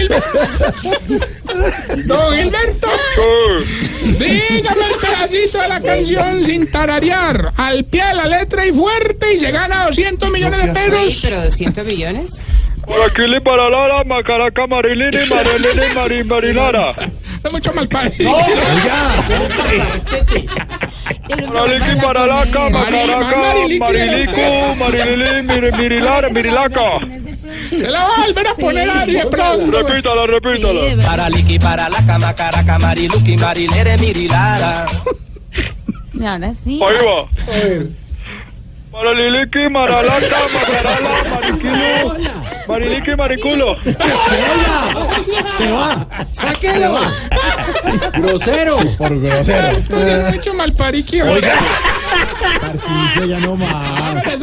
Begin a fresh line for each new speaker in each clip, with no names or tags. Don Gilberto, dígame el pedacito de la canción sin tararear, al pie de la letra y fuerte y se gana 200 millones de
Oye,
pesos.
pero 200 millones.
Paraquili, Paralara, Macaraca, Marilini, Marilini, Marin, Marilara.
Es mucho mal parecido.
Paraliki, Paralaca, Macaraca,
Mariliki,
Marilicu, Marilili, Miri- Mirilara, Mirilaca.
Se la va a volver a poner a Ari de pronto.
Repítala, repítala.
Paraliki, paralaca, macaraca, mariluki, marilere, mirilara.
Ahora sí.
Ahí va. Paraliliki, Maralaca, Macarala, Mariquilu, Mariliki, Mariculo.
Grosero. por grosero.
Es mucho mal pariquio.
Tarcicio ya no más.
Es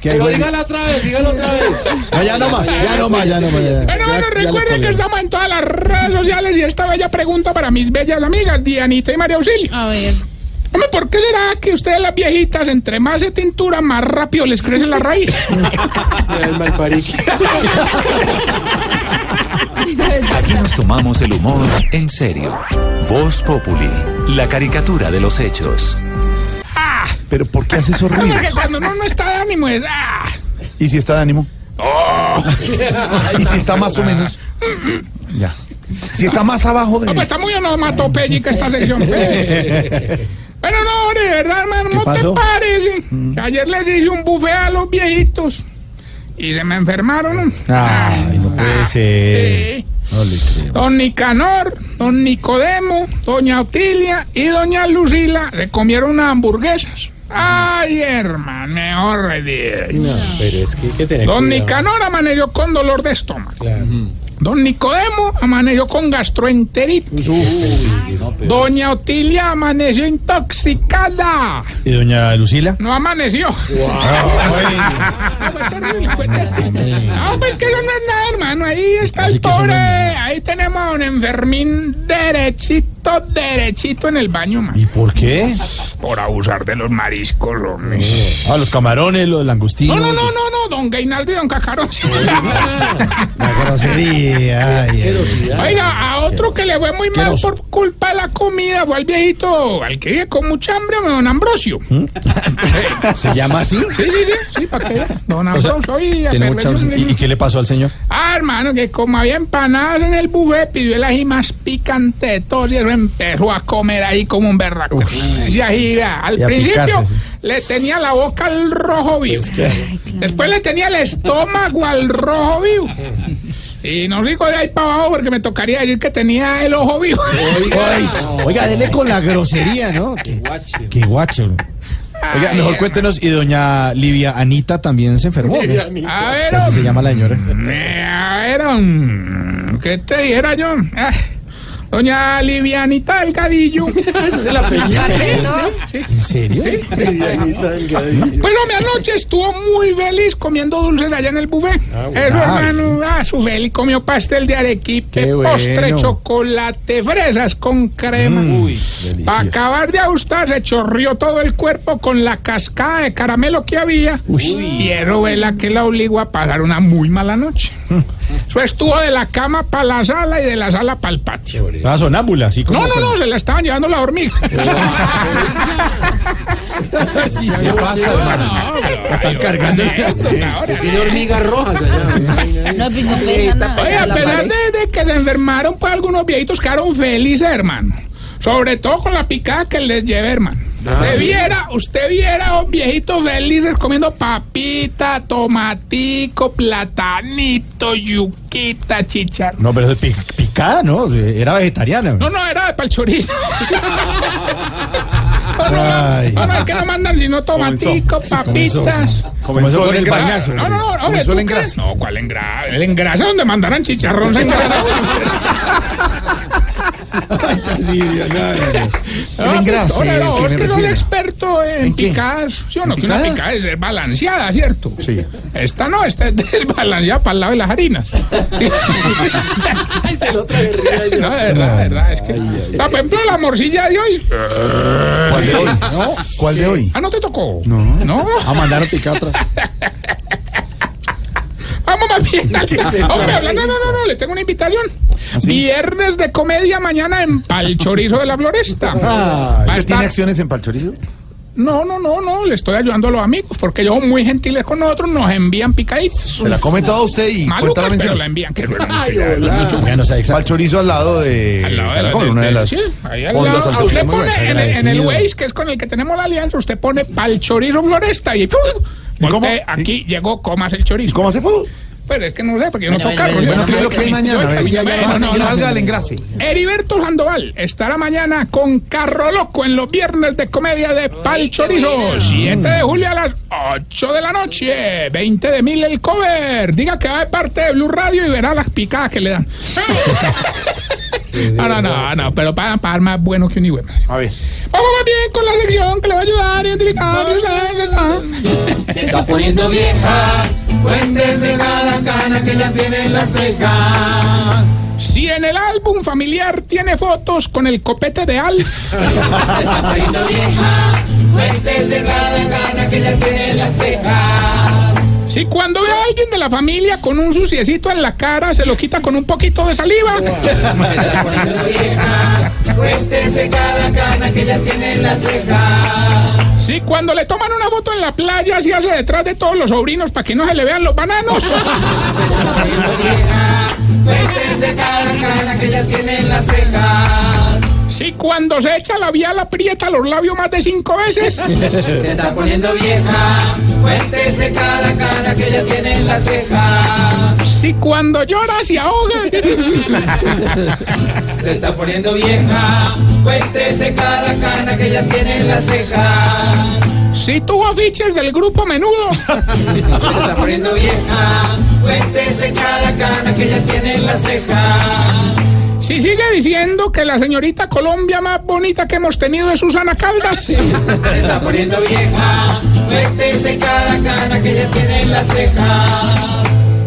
Que Pero dígalo otra vez, dígalo otra vez. No, ya no más, ya no más, ya no más. ya-
Bueno, bueno,
ya- ya lo
recuerden que
colgué.
estamos en todas las redes sociales y esta bella pregunta para mis bellas amigas, Dianita y María Auxilio.
Ah.
A ver.
Hombre, ¿por qué será que ustedes las viejitas, entre más se tintura, más rápido les crece la raíz?
Aquí nos tomamos el humor en serio. Voz Populi, la caricatura de los hechos.
Pero ¿por qué hace esos ruidos?
Porque cuando uno no está de ánimo es... ah.
¿Y si está de ánimo? ¿Y si está más o menos? Ya. Si está más abajo
No,
de...
pues está muy onomatopéyica esta sección. Bueno, no, hombre, de verdad, hermano, no
pasó? Mm.
te pares. Que ayer les hice un buffet a los viejitos y se me enfermaron.
Ay, no puede ser.
ah. Sí.
No le creo.
Don Nicanor, don Nicodemo, doña Otilia y doña Lucila se comieron unas hamburguesas. Ay, hermano, mejor redir.
Pero es que hay que tener
Don
cuidado.
Nicanor amaneció con dolor de estómago.
Claro.
Don Nicodemo amaneció con gastroenteritis. Doña Otilia amaneció intoxicada.
¿Y doña Lucila?
No amaneció. Fue terrible, fue
pues,
terrible. No, pues que eso no es nada, hermano. Ahí está el
Así que eso no es
pobre.
nada.
Ahí tenemos a don Enfermín derechito, derechito en el baño, man.
¿Y por qué?
Por abusar de los mariscos, hombre.
Ah, los camarones, los
No,
langostinos.
no, no, no, no, don Gainaldo y don Cacarón.
La grosería. ay, ay, ay.
Oiga, a otro que le fue muy mal
Asqueroso.
por culpa de la comida fue al viejito, al que vive con mucha hambre, don Ambrosio.
¿Mm? ¿Se llama así?
Sí, sí, sí, sí, para qué. Don
O sea,
Ambrosio, oiga,
tiene mucha-
perverso,
¿Y, y qué le pasó al señor?
Ah, hermano, que como había empanadas en el buffet, pidió el ají más picante de todos y eso empezó a comer ahí como un berraco. Y ahí, vea, al
Y a
principio
picarse, sí.
le tenía la boca al rojo vivo. Después le tenía el estómago al rojo vivo. Y no digo de ahí para abajo porque me tocaría decir que tenía el ojo vivo.
Ay, oiga, dele con la grosería, ¿no? Qué guacho. Qué guacho. Oiga,
Ay,
mejor
hermano.
cuéntenos, y doña Livia Anita también se enfermó. ¿no?
A ver,
Así se
hombre.
llama la señora.
Eh, A ver, mm, ¿qué te dijera yo? Ah, Doña Livianita Delgadillo. Sí, sí.
¿En serio?
Pero mi anoche estuvo muy feliz comiendo dulces allá en el buffet. Eso,
Ah, bueno.
hermano, ah, su feliz comió pastel de arequipe,
Qué bueno.
postre, chocolate, fresas con crema. Para
Mm, Delicioso.
acabar de ajustar, se chorrió todo el cuerpo con la cascada de caramelo que había. Y era vela que la obligó a pasar una muy mala noche. Eso estuvo de la cama para la sala y de la sala para el patio.
Ah, sonámbula, así como.
No, no, no, se la estaban llevando la hormiga.
Sí, se pasa, hermano. La están cargando.
Tiene hormigas rojas allá.
No, pues no pesa nada.
Oye, a pesar de, de que se enfermaron, pues algunos viejitos quedaron felices, hermano. Sobre todo con la picada que les llevé, hermano.
Ah,
usted viera, usted viera un viejito feliz comiendo papita, tomatico, platanito, yuquita, chicharrón.
No, pero es pi- picada, ¿no? Era vegetariana.
No, no, era de palchorizo. no,
Ay.
no, no, es que no mandan sino tomatico, papitas.
Comenzó con el
Engrasa.
payaso.
No, no, no. hombre,
Comenzó
¿tú
el
crees?
engrase.
No, ¿cuál engrasa? El engrasa donde mandarán chicharrón. se engrasa.
El
No,
engrase,
pues, ahora no,
eh, ¿a qué
es
me
que no
refiero?
un experto en,
¿En qué?
picadas. Sí o no,
¿En
que una
picadas?
picada es balanceada, ¿cierto?
Sí.
Esta no, esta es desbalanceada para el lado de las harinas.
Ay, se lo trae
No, de verdad, de verdad. Es que, Ah, por ejemplo, la morcilla de hoy.
¿Cuál de hoy? ¿No? ¿Cuál de hoy?
Ah, no te tocó. No. No.
A mandar a picar atrás.
Vamos más bien. Hombre, hablando, no, no, no, le tengo una invitación.
¿Ah, sí?
Viernes de comedia mañana en Palchorizo de la Floresta.
Ah,
Va a
¿usted tiene
estar-
acciones en Palchorizo?
No, no, no, no, le estoy ayudando a los amigos porque ellos muy gentiles con nosotros nos envían picaditos.
Se la come toda usted y cuenta la
Malucas, pero
mención. Eh,
la envían. Que bueno,
Palchorizo al lado de
Al lado de la-
Caracol,
de-
una de
de-
las
sí, ahí al
ondas
lado. Ah, Usted
altitudes muy
pone en, el-
buenas.
en el
Agradecido.
Waze, que es con el que tenemos la alianza, usted pone pal chorizo floresta y ¡pum!
¿Y cómo?
Voltee, aquí llegó, comas el chorizo.
¿Cómo se fue?
Pero es que no sé, porque yo no
Bueno,
toco
bueno,
carro. yo no
bueno,
Bueno, ¿qué es lo
toco
que hay
carro.
mañana? A
Yo-
ver,
Bueno, no, no,
Salga del engrase.
Heriberto Sandoval estará mañana con Carro Loco en los viernes de comedia de Pal Chorizo. 7 de julio a las 8 de la noche. 20 de mil el cover. Diga que va de parte de Blue Radio y verá las picadas que le dan. No, no, no, no, pero pagan pagar más bueno que un igual.
A ver.
Vamos más bien con la sección que le va a ayudar a identificar. Ah.
Se está poniendo vieja. Cuéntese cada cana que ya tiene en las cejas.
Si en el álbum familiar tiene fotos con el copete de Alf.
Se está poniendo vieja. Cuéntese cada cana que ya tiene en las cejas.
Si cuando ve a alguien de la familia con un suciecito en la cara, se lo quita con un poquito de saliva.
Se está poniendo vieja. Cuéntese cada cana que ya tiene en las cejas.
Si cuando le toman una foto en la playa, se hace detrás de todos los sobrinos para que no se le vean los bananos.
Cuéntese cada cana que ya tiene en las cejas.
Si cuando se echa la vial, aprieta los labios más de cinco veces.
Se está poniendo vieja. Cuéntese cada cana que ya tiene en las cejas.
Si cuando llora, se ahoga.
Se está poniendo vieja. Cuéntese cada cana que ya tiene en las cejas.
Si tuvo fiches del grupo menudo.
Se está poniendo vieja. Cuéntese cada cana que ya tiene en las cejas.
Si sigue diciendo que la señorita Colombia más bonita que hemos tenido es Susana Caldas.
Se está poniendo vieja. Cuéntese cada cana que ya tiene en las cejas.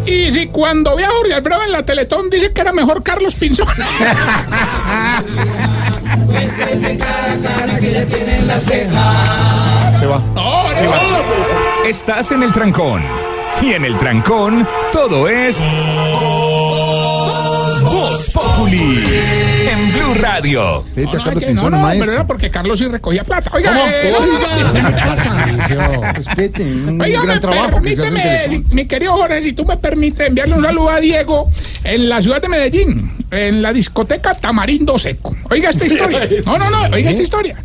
Y si cuando ve a Jorge Alfredo en la Teletón, dice que era mejor Carlos Pinzón.
Cuéntese cada cana que ya tiene en las cejas.
Se va.
No, no,
Estás en el trancón. Y en el trancón, todo es. Voz Populi. En Blue Radio.
Vete
No,
a
no,
Carlos
es que- no,
Pinzón,
no, pero
maestro.
era porque Carlos sí recogía plata. Oiga, eh, no, no, no.
¿Qué pasa? Respete, un
Oiga,
gran
me
trabajo que se hace en
permíteme,
Telecom.
mi querido Jorge, si tú me permites enviarle un saludo a Diego en la ciudad de Medellín, en la discoteca Tamarindo Seco. Oiga esta historia. No, no, no, oiga esta historia.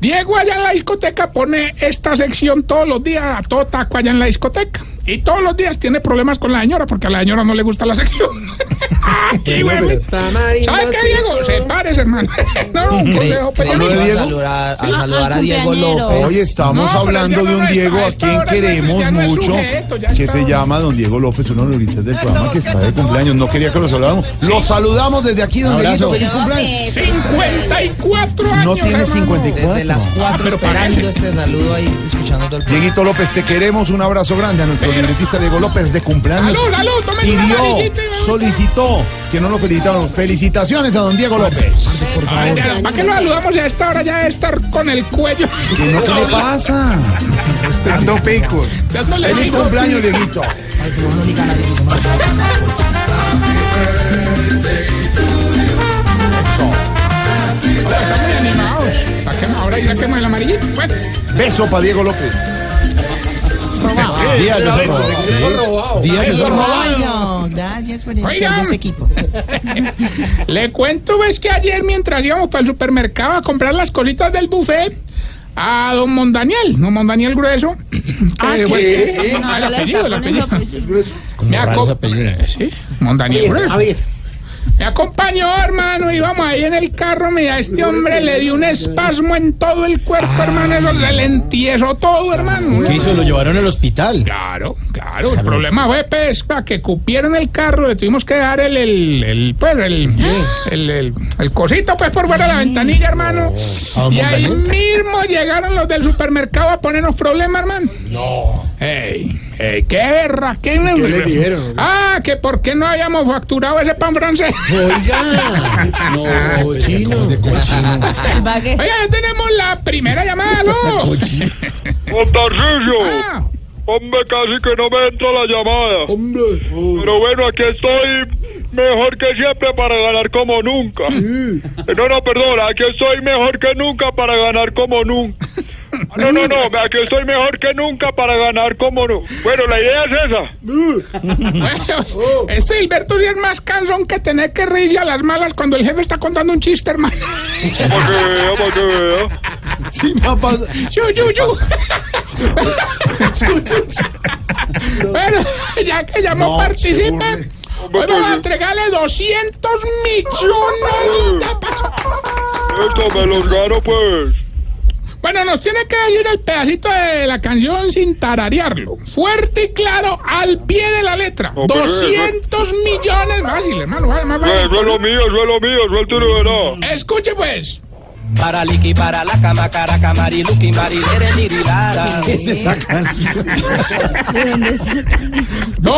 Diego allá en la discoteca pone esta sección todos los días a todo taco allá en la discoteca. Y todos los días tiene problemas con la señora porque a la señora no le gusta la sección. y bueno, ¿Sabes qué, Diego? Se pares, hermano. no, no, un consejo
Creí
pequeño.
que ibas a
saludar,
a pues,
Ah,
saludar a Diego López.
Hoy
No,
estamos
pero
hablando
ya no
de un
está,
Diego a
esta
quien
hora ya no-
queremos
ya no es
mucho,
sujeto, ya
que
está.
se llama don Diego López, uno de los humoristas del programa que está de cumpleaños. No quería que lo saludáramos. Lo saludamos desde aquí, don Dieguito. Feliz cumpleaños.
pues,
54 años.
No tiene
hermano.
54.
Ah, pero parece.
este saludo ahí, escuchando todo el
Dieguito López, te queremos. Un abrazo grande a nuestro libretista Diego López de cumpleaños.
Salud, salud, tomen una
Pidió,
amarillita y una
solicitó que no lo felicitáramos. Felicitaciones a don Diego López.
Ay, ya, ¿Para qué lo saludamos a esta hora ya de estar con el cuello?
Que no, ¿Qué le pasa?
Dándole
Feliz
hijo.
cumpleaños, Dieguito.
Estamos animados. ¿Para qué no? Ahora ya quema el amarillito. pues. Bueno,
Beso para Diego López. Día del beso robado. Sí. Día del beso robado.
Gracias por el
Oigan.
ser de este equipo.
pues, le cuento, ves que ayer mientras íbamos para el supermercado a comprar las cositas del buffet, a don Mondaniel, don Mondaniel Grueso.
Ah,
que-
¿qué?
Ah,
No,
el
le está
apellido, el apellido. Me
raro
aco-
ese apellido.
eh, Sí, Mondaniel
Javier,
Grueso.
Javier.
Me acompañó, hermano, íbamos ahí en el carro, mira, este hombre le dio un espasmo en todo el cuerpo, hermano, eso se le entiesó todo, hermano.
¿Qué hizo? Lo llevaron al hospital.
Claro, claro. El problema fue, pues, para que cupieron el carro, le tuvimos que dar el, el, el, pues, el, el, el- el cosito, pues, por fuera de la ventanilla, hermano.
¿A don
Y ahí
Montañés?
mismo llegaron los del supermercado a ponernos problemas, hermano.
No.
¡Ey! ¡Ey! ¡Qué guerra! ¿Qué,
¿Qué les dijeron?
Ah, que por qué no habíamos facturado ese pan francés.
Oiga. No, chino.
Oiga, ya tenemos la primera llamada, ¿no?
Don Tarcisio,
Ah,
hombre, casi que no me entra la llamada.
Hombre. Oh.
Pero bueno, aquí estoy mejor que siempre para ganar como nunca. Eh, No, no, perdón, aquí estoy mejor que nunca para ganar como nunca. Ah, No, no, no, aquí estoy mejor que nunca para ganar como nunca. Bueno, la idea es esa.
Oh.
bueno, este Gilberto sí es más cansón que tener que reírse a las malas cuando el jefe está contando un chiste, hermano.
Para que vea, para que vea.
Sí, me ha
pues,
pasado.
Chu, chu, chu. bueno, ya que llamó,
No, se
participe.
burle.
Hoy vamos a entregarle 200 millones de pesos.
Esto me los gano, pues.
Bueno, nos tiene que decir el pedacito de la canción sin tararearlo. Fuerte y claro, al pie de la letra.
No, pero eso-
200 millones. Fácil, hermano, vale, más
Eh, Eso es lo
vale.
mío, eso es lo mío, suerte de verdad.
Escuche, pues.
Para Liki, para la cama, caraca, mariluki, marilere, mirilara.
¿Qué es esa canción?
¿De dónde es?